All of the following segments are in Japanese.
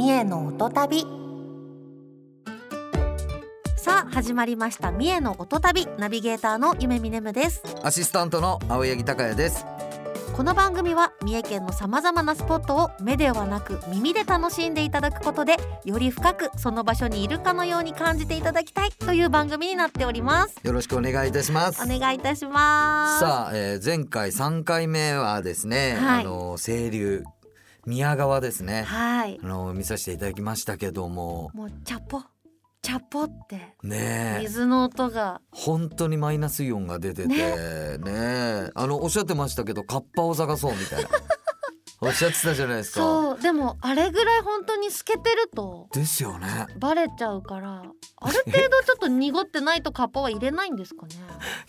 音旅さあ始まりました三重の音旅ナビゲーターの夢見ねむですアシスタントの青柳孝也です。この番組は三重県のさまざまなスポットを目ではなく耳で楽しんでいただくことでより深くその場所にいるかのように感じていただきたいという番組になっておりますよろしくお願いいたします。お願いいたしますさあ、えー、前回三回目はですね、はいあの清流宮川ですね。はいあの見させていただきましたけども、もうチャポチャポってねえ、水の音が本当にマイナスイオンが出てて、ねえ、あのおっしゃってましたけど、カッパを探そうみたい な。おっしゃってたじゃないですか。そうでもあれぐらい本当に透けてるとですよね。バレちゃうからある程度ちょっと濁ってないとカッパは入れないんですかね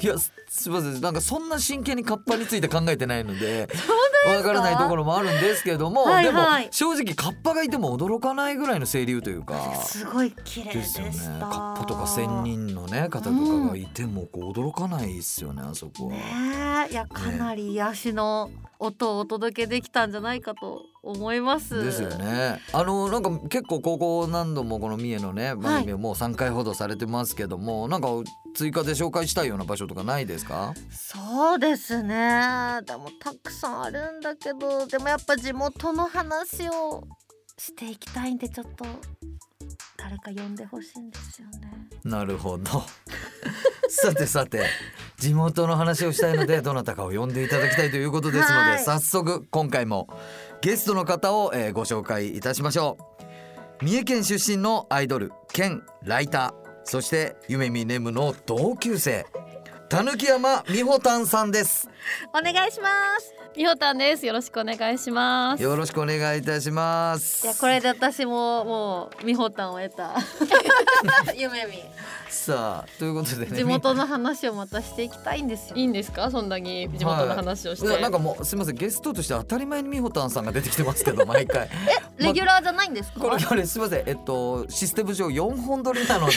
いやすすみませんなんかそんな真剣にカッパについて考えてないので当でわすかからないところもあるんですけどもはいはいでも正直カッパがいても驚かないぐらいの清流というか。 すごい綺麗でですしたよね、カッパとか仙人のね方とかがいてもこう驚かないですよね、あそこは。ねえいやかなり癒しの音をお届けできたんじゃないかと思いますですよね。あのなんか結構ここ何度もこの三重のね番組をもう3回ほどされてますけども、なんか追加で紹介したいような場所とかないですか？そうですねでもたくさんあるんだけどでもやっぱ地元の話をしていきたいんでちょっと誰か呼んでほしいんですよねなるほど。さてさて地元の話をしたいのでどなたかを呼んでいただきたいということですのはでい早速今回もゲストの方を、えーご紹介いたしましょう三重県出身のアイドル兼ライターそして夢見ねむの同級生たぬき山美穂たんさんですお願いしますみほたんです。よろしくお願いします。よろしくお願いいたしますいやこれで私ももうみほたんを得た 夢見さあということで ね地元の話をまたしていきたいんですよいいんですか、そんなに地元の話をして。いやなんかもうすみませんゲストとして当たり前に美穂たんさんが出てきてますけど 毎回えレギュラーじゃないんですか、これこれすみませんえっとシステム上4本撮りな ので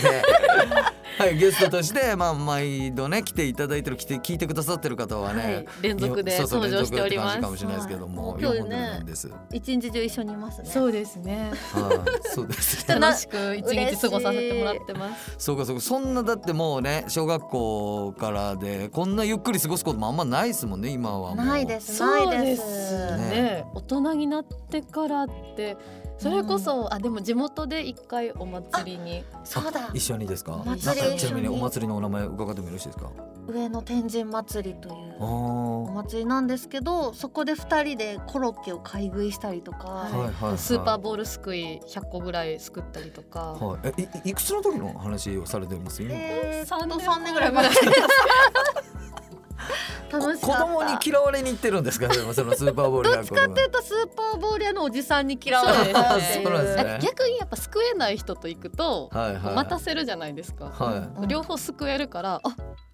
はいゲストとしてまあ毎度ね来ていただいてる来て聞いてくださってる方はね、はい連続でそうそう登場してお連続っりますて感じかもしれないですけども、はい4本撮りなんです、一日中一緒にいますねうですね。はいそうですねな楽しく一日過ごさせてもらってます。そうかそうかそんなだってもうね小学校からでこんなゆっくり過ごすこともあんまないですもんね今はもうないですないですそねうですね。大人になってからって。それこそ、あ、でも地元で一回お祭りに。そうだ一緒にですかお祭りなんかちなみに一緒おに祭りのお名前伺ってもよろしいですか上野天神祭りというあおー祭りなんですけどそこで二人でコロッケを買い食いしたりとか、いはいはいスーパーボールすくい100個ぐらいすくったりとか、はいえいいくつの時の話をされてます今えー、三3年と前3年ぐらい前楽しか 子った供に嫌われに行ってるんですか でもそのスーパーボールどっちかっていうとスーパーボール屋のおじさんに嫌われてそうですねそうなんですね逆にやっぱ救えない人と行くとはいはい待たせるじゃないですか、はうん両方救えるからあ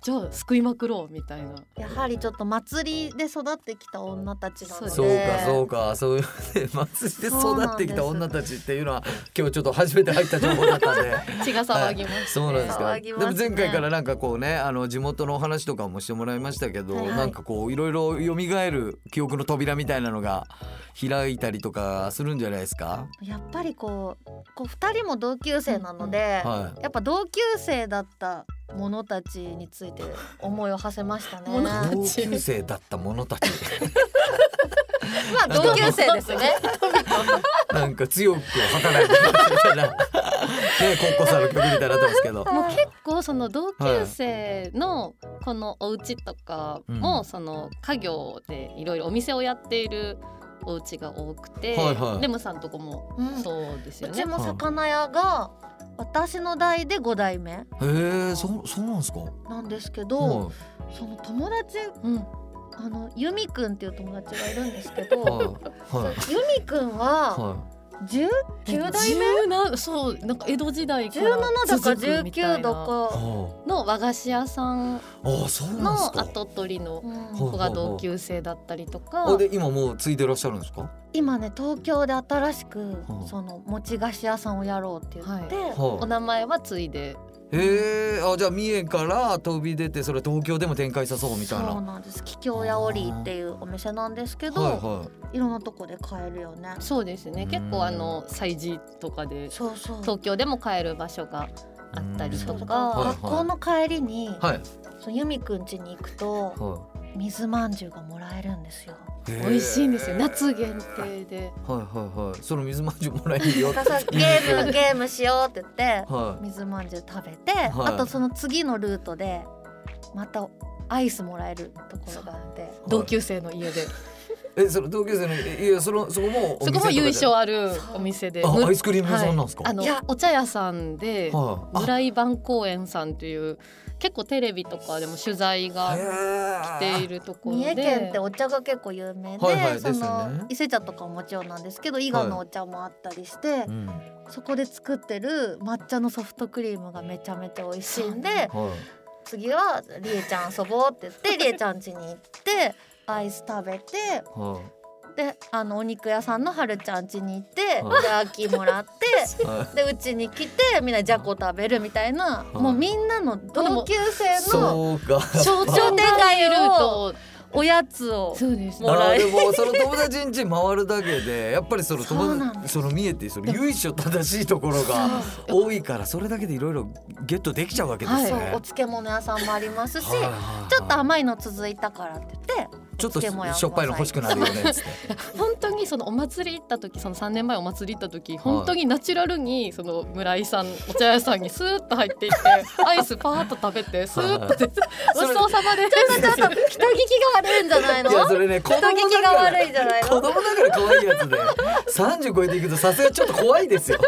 じゃあ救いまくろうみたいなやはりちょっと祭りで育ってきた女たちなのいでそうかそうかそういうね祭りで育ってきた女たちっていうのは今日ちょっと初めて入った情報だったんで 血が騒ぎまはいす、そうなんですか、騒でぎもますね前回からなんかこうねあの地元のお話とかもしてもらいましたけはど、いはいなんかこういろいろ蘇る記憶の扉みたいなのが開いたりとかするんじゃないで すか、やっぱりこうこう2人も同級生なので、はやっぱ同級生だった者たちについて思いを馳せましたね。者またい、ち同級生だった者たちあ同級生ですね。なんか強く吐かないでみ たいなねコッコさんの曲みたいになってますけどもう結構その同級生のこのお家とかうんもその家業でいろいろお店をやっているお家が多くて、はいはいレムさんとこもうんそうですうよねち。も魚屋が私の代で5代目へえ、そそうなんですか。なんですけど、はその友達うん、あの由美くんっていう友達がいるんですけど、い、はい、由美くんはは19代目17そうなんか江戸時代から17だか続くみ19たいだない、か、はの和菓子屋さんあ、あ、そうなんですのか。跡取りのうんほう子が同級生だったりとかあ、で、今もう継いでらっしゃるんですか。今ね東京で新しくはあその餅菓子屋さんをやろうって言って、はお名前は継いでへえあじゃあ三重から飛び出てそれ東京でも展開さそうみたそいうな。なんです桔梗屋織っていうお店なんですけど、はいいはろんなとこで買えるよねそうですうねん結構あの催事とかでそうそう東京でも買える場所があったりそとうだからかはい学校の帰りに、いはいその由美くん家に行くとは水まんじゅうがもらえるんですよ。い。へー美味しいんですよ。夏限定ではいはいはい。その水まんじゅうもらえるよ。だ はかいらさゲームゲームしようって言っては水まんじゅう食べて、はいあとその次のルートでまたアイスもらえるところがあって。い。同級生の家でえその同級生のえいやそのそこもおそ店とこかもで優勝あるお店であむアイスクリーム屋さんなんですか。あのいやお茶屋さんではい。村井晩公園さんという結構テレビとかでも取材があしへーているところで三重県ってお茶が結構有名で、はいはいそですよの、ね伊勢茶とかももちろんなんですけど伊賀のお茶もあったりして、うん。はそこで作ってる抹茶のソフトクリームがめちゃめちゃ美味しいんでい。次はりえちゃん遊ぼうって言 ってりえちゃん家に行ってアイス食べてはであのお肉屋さんのはるちゃん家に行ってはいジャーキーもらってい。はいでうちに来てみんなじゃこ食べるみたいなもうみんなの同級生の そうか。商商店店街街いるをとおやつをそうですもらえあーでもその友達ん家回るだけでやっぱりそのそ友うなん達でその見えてその由緒正しいところが多いからそれだけでいろいろゲットできちゃうわけですね。そうおはい漬物屋さんもありますしはいはいちょっと甘いの続いたからって言ってちょっと漬物屋しょっぱいの欲しくなるよねっつって。本当にそのお祭り行った時その3年前お祭り行った時本当にナチュラルにその村井さんお茶屋さんにスーッと入っていって アイスパーッと食べてスーッと出てごちそうさまですちょっと人聞きが悪いんじゃないのいやそ人聞れね子供だきかがら悪いじゃない子供のだから可愛いやつで三十超えていくとさすがにちょっと怖いですよ。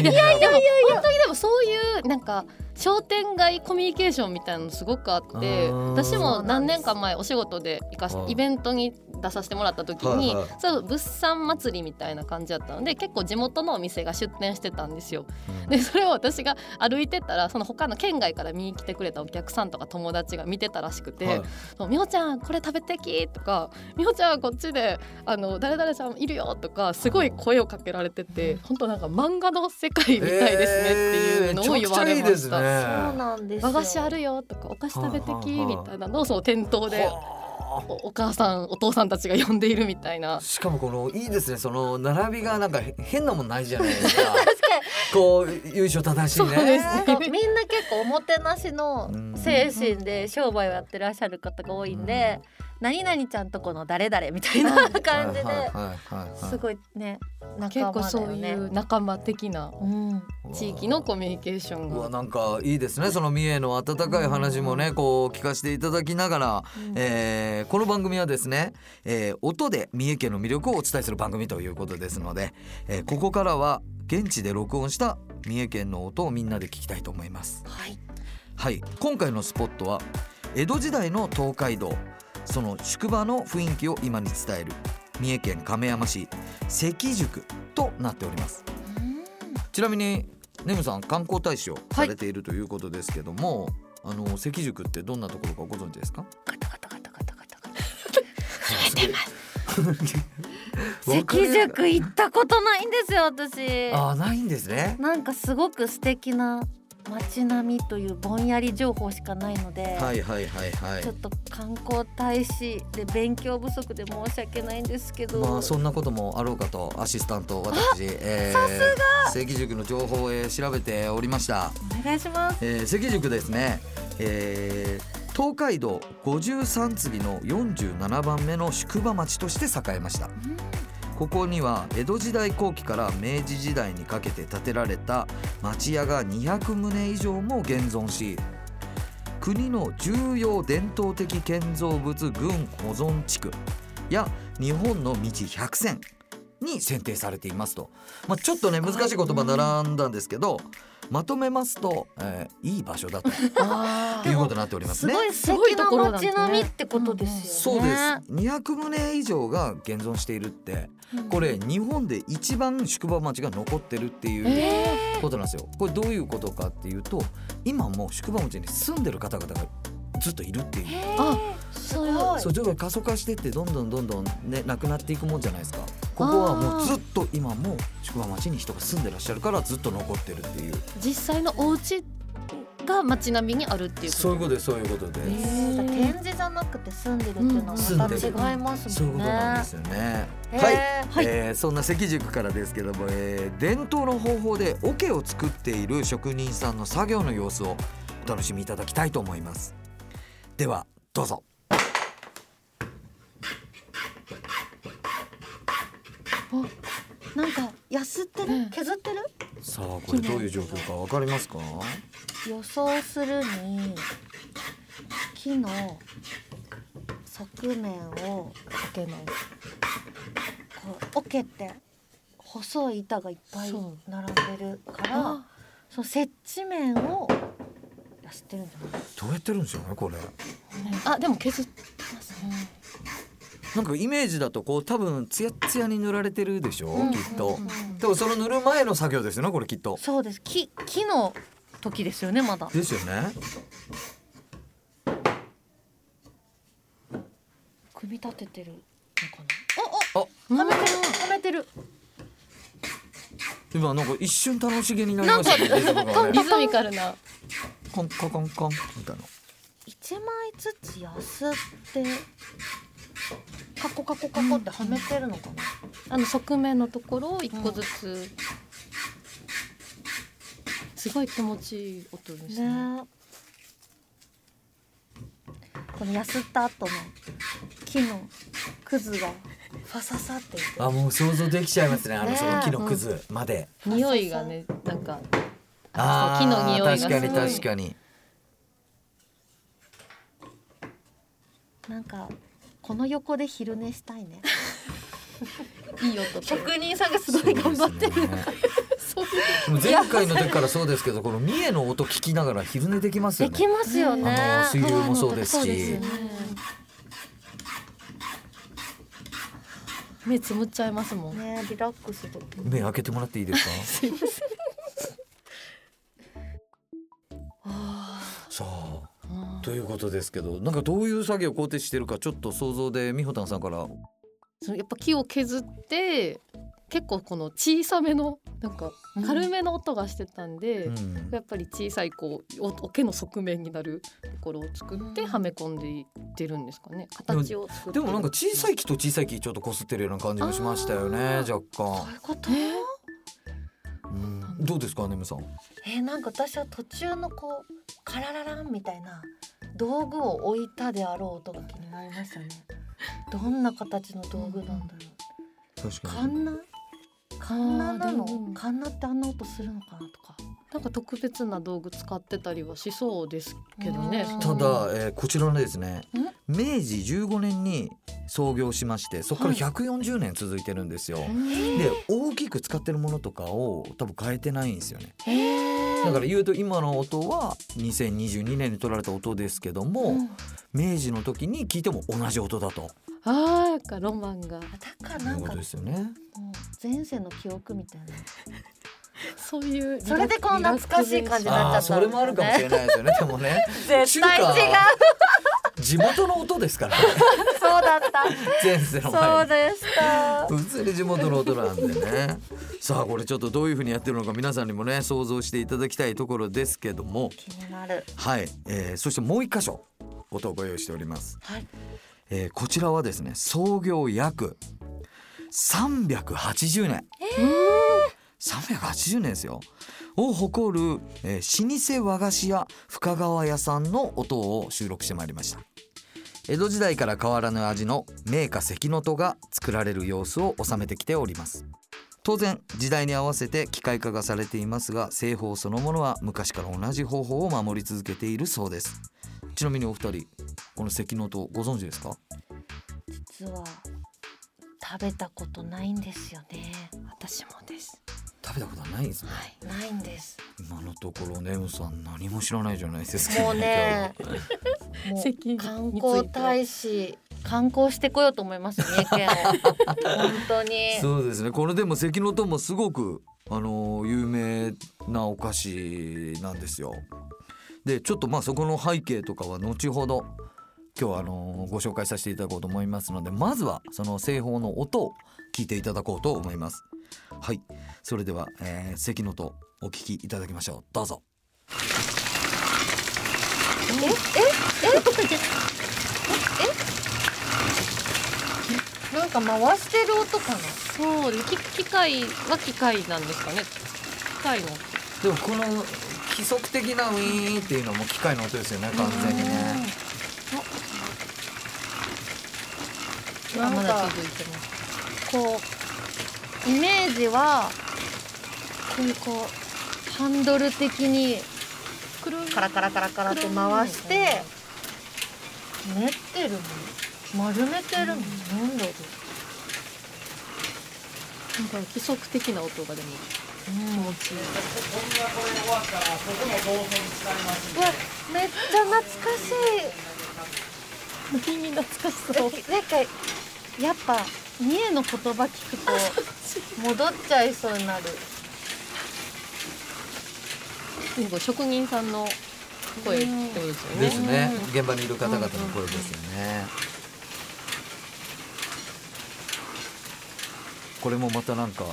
いやいやでも本当にでもそういうなんか商店街コミュニケーションみたいなのすごくあってうん私も何年か前お仕事で行かしはいイベントに出させてもらった時にはいはいそう物産祭りみたいな感じだったので結構地元のお店が出店してたんですよ。 でそれを私が歩いてたらその他の県外から見に来てくれたお客さんとか友達が見てたらしくて「そう美穂ちゃんこれ食べてき」とか「美穂ちゃんこっちであの誰々さんいるよ」とかすごい声をかけられてて本当なんか漫画の世界みたいですねっていうのを言われましえーめちゃくちゃいいた。ですねそうなんですよ和菓子あるよとかお菓子食べてきはいはいはいみたいなのをその店頭ではあおお母さんお父さんたちが呼んでいるみたいなしかもこのいいですねその並びがなんかへ変なもんないじゃないですか確かにこう優勝正しいそう でねすなんかみんな結構おもてなしの精神で商売をやってらっしゃる方が多いんで、何々ちゃんとこの誰々みたいな感じはいはいではいはいすごいね結仲構間だそよういね。う仲間的なうん、地域のコミュニケーションうわがなんかいいですねその三重の温かい話もねこう聞かせていただきながら、えーこの番組はですね、えー音で三重県の魅力をお伝えする番組ということですので、えーここからは現地で録音した三重県の音をみんなで聞きたいと思います。はい、はい今回のスポットは江戸時代の東海道その宿場の雰囲気を今に伝える三重県亀山市関宿となっておりますちなみにねむさん観光大使をされているということですけども、あの関宿ってどんなところかご存知です かガタガタガタガタガタガタ。わかり関づらい宿行ったことないんですよ私。あーないんですねなんかすごく素敵な街並みというぼんやり情報しかないので。はいはいはいはいちょっと観光大使で勉強不足で申し訳ないんですけど、まあそんなこともあろうかとアシスタント私えー、関宿の情報をえー調べておりましたお願いします。えー関宿ですね、えー東海道53次の47番目の宿場町として栄えましたここには江戸時代後期から明治時代にかけて建てられた町屋が200棟以上も現存し国の重要伝統的建造物群保存地区や日本の道100選に選定されていますと、まあ、ちょっとね難しい言葉並んだんですけどまとめますと、えーいい場所だとあいうことになっておりますすね。ごい素敵な街並みってことですそようでね。す200棟以上が現存しているってこれ日本で一番宿場町が残ってるっていうえことなんですよ。これどういうことかっていうと今も宿場町に住んでる方々がずっといるっていう。あすごいそう徐々に過疎化してってどんどんどんどんねなくなっていくもんじゃないですかここはもうずっと今も宿場町に人が住んでらっしゃるからずっと残ってるっていう実際のお家が街並みにあるっていうこそういうことですそういうことでとえーだから展示じゃなくて住んでるっていうのはまた違いますそういもうんことね。なんですよね。へーはい、はいえーそんな関宿からですけども、えー伝統の方法で桶を作っている職人さんの作業の様子をお楽しみいただきたいと思います。ではどうぞ。なんかやすってうんる削ってる、さあこれどういう状況かわかりますか？予想するに木の側面をけないこう桶って細い板がいっぱいそう並んでるからその接地面をやすってるんじゃないどうやってるんですよねこれ。あでも削ってますねなんかイメージだとこう多分ツヤッツヤに塗られてるでしょ、うんきっとう。んでもその塗る前の作業ですよねこれきっと。そうです木木の時ですよねまだですよね。組み立ててるのかあなはめてるはめてる今なんか一瞬楽しげになりましたね。リズムがねリズミカルなコンコンコンコンみたいな。一枚ずつやすってカコカコカコってはめてるのかな、あの側面のところを一個ずつ、すごい気持ちいい音ですねねこのやすった後の木のくずがファササってあもう想像できちゃいますねあのねその木のくずまで、匂いがねなんかあそう木ーの匂いがすごい確かに確かになんかこの横で昼寝したいねいい音と人さんがすそうですねそうでも前回の時からそうですけどこの三重の音聞きながら昼寝できますよでねきますよねあの水流もそうです川の音とかそうしですよね目つむっちゃいますもん、ねリラックスできる目開けてもらっていいですかさあうんということですけどなんかどういう作業を工程してるかちょっと想像でみほたんさんからそのやっぱ木を削って結構この小さめのなんか軽めの音がしてたんで、うんやっぱり小さいこうお桶の側面になるところを作ってうんはめ込んでいってるんですかね形を作ってでるもなんか小さい木と小さい木ちょっとこすってるような感じもしましたよねあ若そう干いうことえーうんどうですかねむさんえーなんか私は途中のこうカララランみたいな道具を置いたであろう音が気になりましたねどんな形の道具なんだろ確うカンナカンナなあーでものカンナってあんな音するのかなとかなんか特別な道具使ってたりはしそうですけどねうんそたのだ、えーこちらのですね明治15年に創業しましてそこからはい140年続いてるんですよ、うんで大きく使ってるものとかを多分変えてないんですよねへだから言うと今の音は2022年に取られた音ですけども、明治の時に聞いても同じ音だとあーなんかロマンがだからいなうんこかともうですよね前世の記憶みたいなそういうそれでこう懐かしい感じになっちあゃあったそれもあるかもしれな いですよねでもね絶対違う地元の音ですからね そうだ った前世の前そうにでした普通に地元の音なんでねさあこれちょっとどういうふうにやってるのか皆さんにもね想像していただきたいところですけども気になるはい、えーそしてもう一箇所音をご用意しております、はいえーこちらはですね創業約380年380年ですよを誇る、えー老舗和菓子屋深川屋さんの音を収録してまいりました江戸時代から変わらぬ味の名家関の戸が作られる様子を収めてきております当然時代に合わせて機械化がされていますが製法そのものは昔から同じ方法を守り続けているそうですちなみにお二人この関の戸ご存知ですか実は食べたことないんですよね私もです食べたことはないんですねはいないんです今のところネムさん何も知らないじゃないですかもうね、も席にうついて観光大使観光してこようと思います三 重県を本当に そうですねこれでも関の戸もすごくあのー有名なお菓子なんですよでちょっとまあそこの背景とかは後ほど今日はあのーご紹介させていただこうと思いますのでまずはその製法の音を聞いていただこうと思いますはいそれでは、えー、関の戸お聞きいただきましょうどうぞええええなんか回してる音かなそうですき機械は機械なんですかね機械のでもこの規則的なウィーンっていうのも機械の音ですよね完全にねなあんまかだ続いてますこうイメージはこういうこうハンドル的にくるんカラカラカラカラって回して練ってるもん丸めてるもん、なんだろなんか規則的な音がでもう、うん、気持ちいいうわめっちゃ懐かし何に懐かしそういえなんかやっぱ三重の言葉聞くと戻っちゃいそうになる結構職人さんの声ってことですよねですね現場にいる方々の声ですよねこれもまたなんか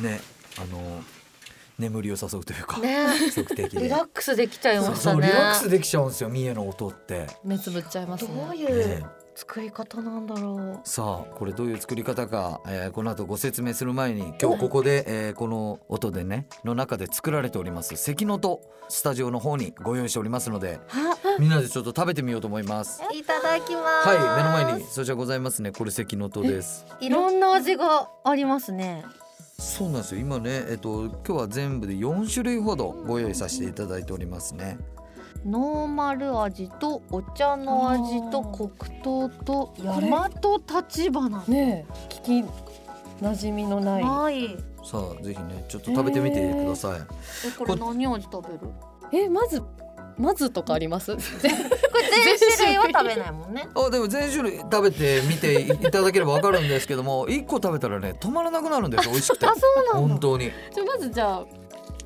ねあの眠りを誘うというか規ね則的で リラックスできちゃいそまうしそたうねリラックスできちゃうんですよ三重の音って目つぶっちゃいますねどういねう作り方なんだろさあこれどういう作り方か、えーこの後ご説明する前に今日ここで、えーこの音でねの中で作られております関の音スタジオの方にご用意しておりますのでうあみんなでちょっと食べてみようと思いますいただきますはい目の前にそちらございますねこれ関の音ですいろんな味がありますねそうなんですよ今ねえっと今日は全部で4種類ほどご用意させていただいておりますねノーマル味とお茶の味と黒糖と大和立花ねえ聞きなじみのないはいさあぜひねちょっと食べてみてください、えこれ何味食べるえまずまずとかあります これ全種類は食べないもんねあでも全種類食べてみていただければわかるんですけど も一個食べたらね止まらなくなるんですよ美味しくてあそうな本んだ当にじゃあまずじゃあ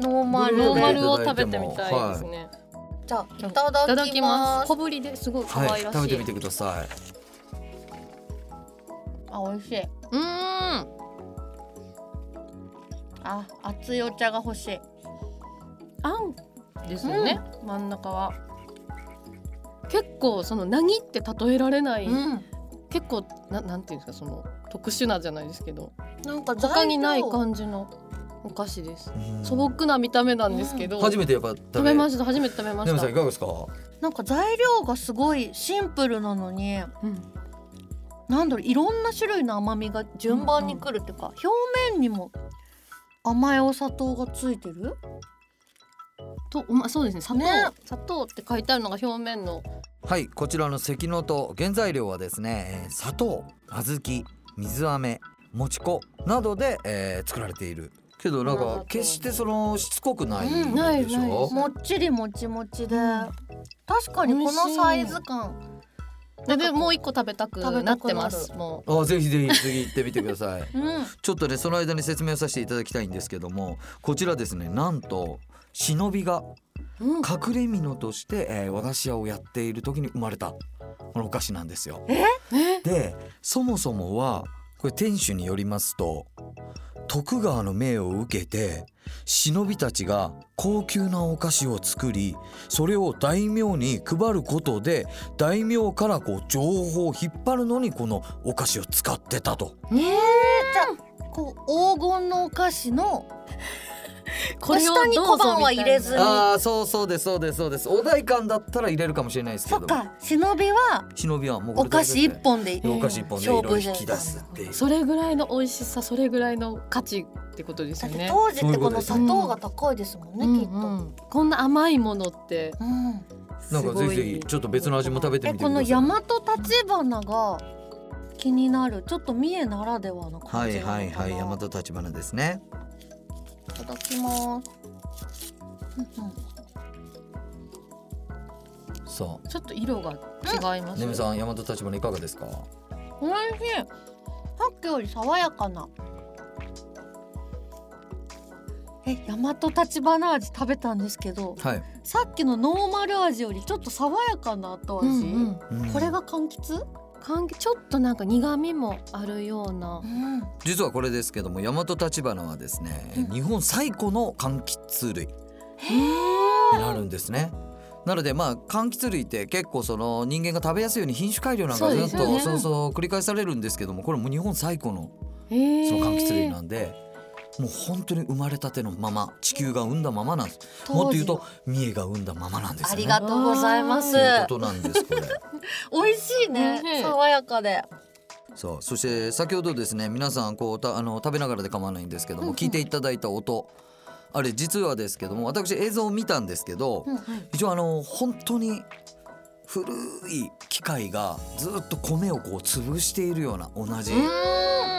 ノーマルでノーマルを食べてみたいですね、じゃあいただきますいただきます小ぶりですごい可は愛いらしい、食べてみてくださいあ美味しいうーんあ熱いお茶が欲しいあんですよね、真ん中は結構その何って例えられない、ん結構ななんていうんですかその特殊なじゃないですけどなんか他にないか感じのお菓子ですうん素朴な見た目なんですけど、初めてやっぱ食べ食べました初めて食べまねしむたさんいかがですかなんか材料がすごいシンプルなのにうんなんだろういろんな種類の甘みが順番に来るっていうか、表面にも甘いお砂糖がついてるとまあそうですね砂糖、ね砂糖って書いてあるのが表面のはいこちらの関の音原材料はですねえー砂糖小豆水飴もち粉などで、えー作られているけどなんなるほかど決してそのしつこくないうんないでしないでょすもっちりもちもちで、うん確かにこ美味のしいサイズ感ででもう一個食べたくなってますもあぜひぜひ次行ってみてくださいうんちょっとねその間に説明をさせていただきたいんですけどもこちらですねなんと忍びがう、うん隠れ蓑として、えー和菓子屋をやっている時に生まれたこのお菓子なんですよ。でそもそもはこれ店主によりますと徳川の命を受けて忍びたちが高級なお菓子を作りそれを大名に配ることで大名からこう情報を引っ張るのにこのお菓子を使ってたと。ねえじゃあこう黄金のお菓子のこれを下にど小うぞ判は入れずみにああそうそうですそうですそうですお代官だったら入れるかもしれないですけそどっか忍びは忍びはもうこおれ菓子一本でいいお菓子一本でいろいろ引き出すっていう。それぐらいの美味しさそれぐらいの価値ってことですだっよてね。当時ってこの砂糖が高いですもんね、きっと、うんうんこんな甘いものってうんなんかぜひぜひちょっと別の味も食べてえみてこくだのさい。大和立花が気になるちょっと三重ならではのは感いじなのかな、はいはい山い田立花ですね。ただきます、うんうんそちょっと色が違いまう。すねね。みさん山田立花いかがですか。美味しい。さっきより爽やかな。え、大和立花味食べたんですけど、はい。さっきのノーマル味よりちょっと爽やかな後味。うんうんうんこれが柑橘？柑橘ちょっとなんか苦味もあるような。ん。実はこれですけども山田立花はですね、うん日本最古の柑橘類にへえ。なるんですね。なのでまあ柑橘類って結構その人間が食べやすいように品種改良なんかそうずでっすとよねそうそう繰り返されるんですけどもこれもう日本最古のそその柑柑橘類なんで、もう本当に生まれたてのまま地球が生んだままなんです当時もっと言うと三重が生んだままなんですねありがとうございますということなんですこれ美味しいね美味しい爽やかでさあそして先ほどですね皆さんこうたあの食べながらで構わないんですけども、うんうん聞いていただいた音あれ実はですけども私映像を見たんですけど、うんはい一応あの本当に古い機械がずっと米をこう潰しているような同じ、っ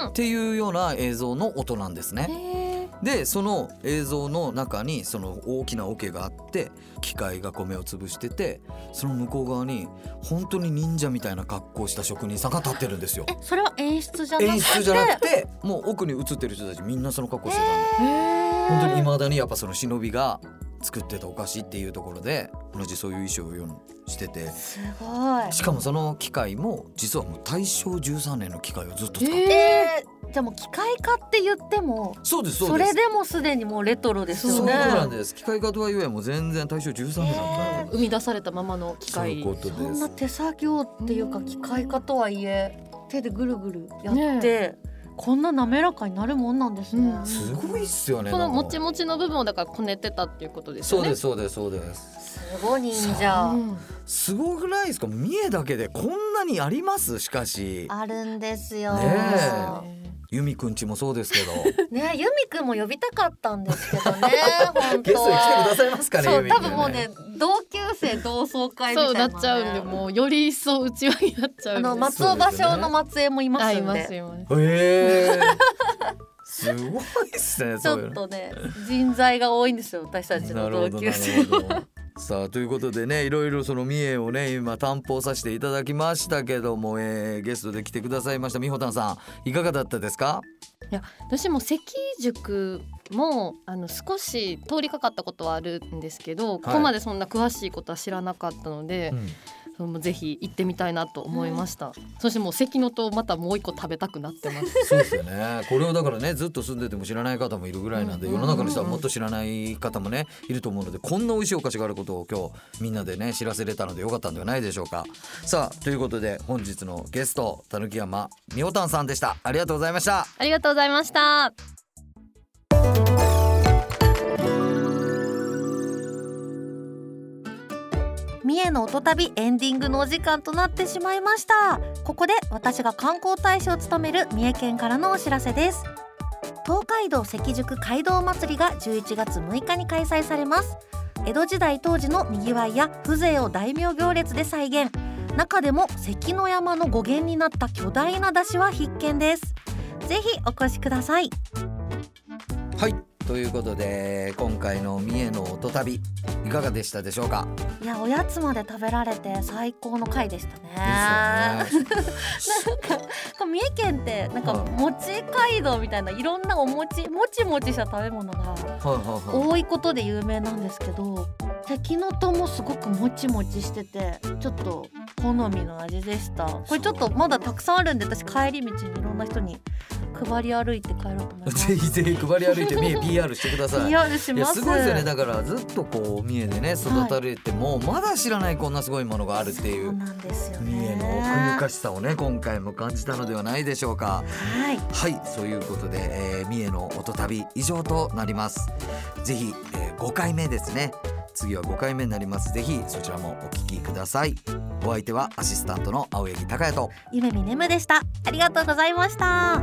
うていうような映像の音なんですね。ーんへーでその映像の中にその大きな桶があって機械が米を潰しててその向こう側に本当に忍者みたいな格好をした職人さんが立ってるんですよ。それは演出じゃ演出じゃなくてもう奥に映ってる人たちみんなその格好してたんで、本当に未だにやっぱその忍びが作ってたお菓子っていうところで同じそういう衣装を用意しててすごいしかもその機械も実はもう大正13年の機械をずっと使って、えー、じゃあもう機械化って言ってもそうですそそうですれでもすでにもうレトロですそうよいうねことなんです機械化とはいえもう全然大正13年だったので生み出されたままの機そう械いうことでそんなす手作業っていうかうん機械化とはいえ手でぐるぐるやって、こんな滑らかになるもんなんですね、うんすすごいっすよねこのもなんかちもちの部分をだからこねてたっていうことですそようね。。ですすそうですそうですごい忍者うん、すごくないですか三重だけでこんなにありますしかしあるんですよね由美くんちもそうですけ どね由美くんも呼びたかったんですけどね本 ゲ当ストに来てくだはさいますかねそ由う美多くん分もうね同級生同窓会みたそいうな、なね、っちゃうんでもうより一層内輪になっちゃうあんでのま松尾芭蕉の松江もいまあすいんまですいますへえすごいっ すねちそういょうっのとね人材が多いんですよ私たちなのるほ同ど級な生るほどさあということでねいろいろその三重をね今担保させていただきましたけども、えーゲストで来てくださいましたみほたんさんいかがだったですか私も関塾もあの少し通りかかったことはあるんですけど、ここまでそんな詳しいことは知らなかったので、そのぜひ行ってみたいなと思いました、そしてもう関のとまたもう一個食べたくなってますそうですよねこれをだからねずっと住んでても知らない方もいるぐらいなんでうん世の中の人はもっと知らない方もねいると思うのでこんな美味しいお菓子があることを今日みんなでね知らせれたのでよかったんではないでしょうかさあということで本日のゲストたぬき山みほたんさんでしたありがとうございましたありがとうございました三重の音旅エンディングのお時間となってしまいましたここで私が観光大使を務める三重県からのお知らせです東海道赤塾街道祭りが11月6日に開催されます江戸時代当時の賑わいや風情を大名行列で再現中でも関の山の語源になった巨大な出汁は必見ですぜひお越しくださいはいということで今回の三重の音旅いかがでしたでしょうかいやおやつまで食べられて最高の回でしたねですよねこう三重県ってなんかはい餅街道みたいないろんなお餅もちもちした食べ物がはいはいはい多いことで有名なんですけど敵のともすごくもちもちしててちょっと好みの味でしたこれちょっとまだたくさんあるんで私帰り道にいろんな人に配り歩いて帰ろうと思います ぜひぜひ配り歩いて三重 PR してください PR しいまやすすごいですよねだからずっとこう三重でね育たれても、まだ知らないこんなすごいものがあるっていそううなんですよ三重ねの奥ゆかしさをね今回も感じたのではないでしょうかはいはいそういうことで、えー三重の音旅以上となりますぜひ、えー5回目ですね次は5回目になりますぜひそちらもお聞きくださいお相手はアシスタントの青柳孝也と夢見ねむでしたありがとうございました